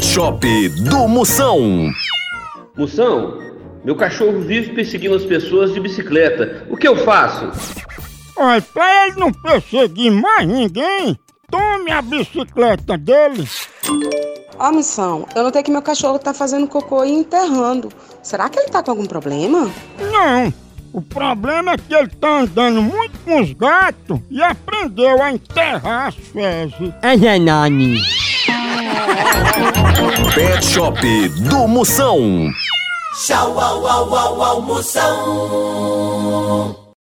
Shop do Moção. Moção, meu cachorro vive perseguindo as pessoas de bicicleta. O que eu faço? Olha, pra ele não perseguir mais ninguém, tome a bicicleta dele. Ó, missão, eu notei que meu cachorro tá fazendo cocô e enterrando. Será que ele tá com algum problema? Não, o problema é que ele tá andando muito com os gatos e aprendeu a enterrar as fezes. Pet Shop do Moção. Tchau, au, au, au, almoção.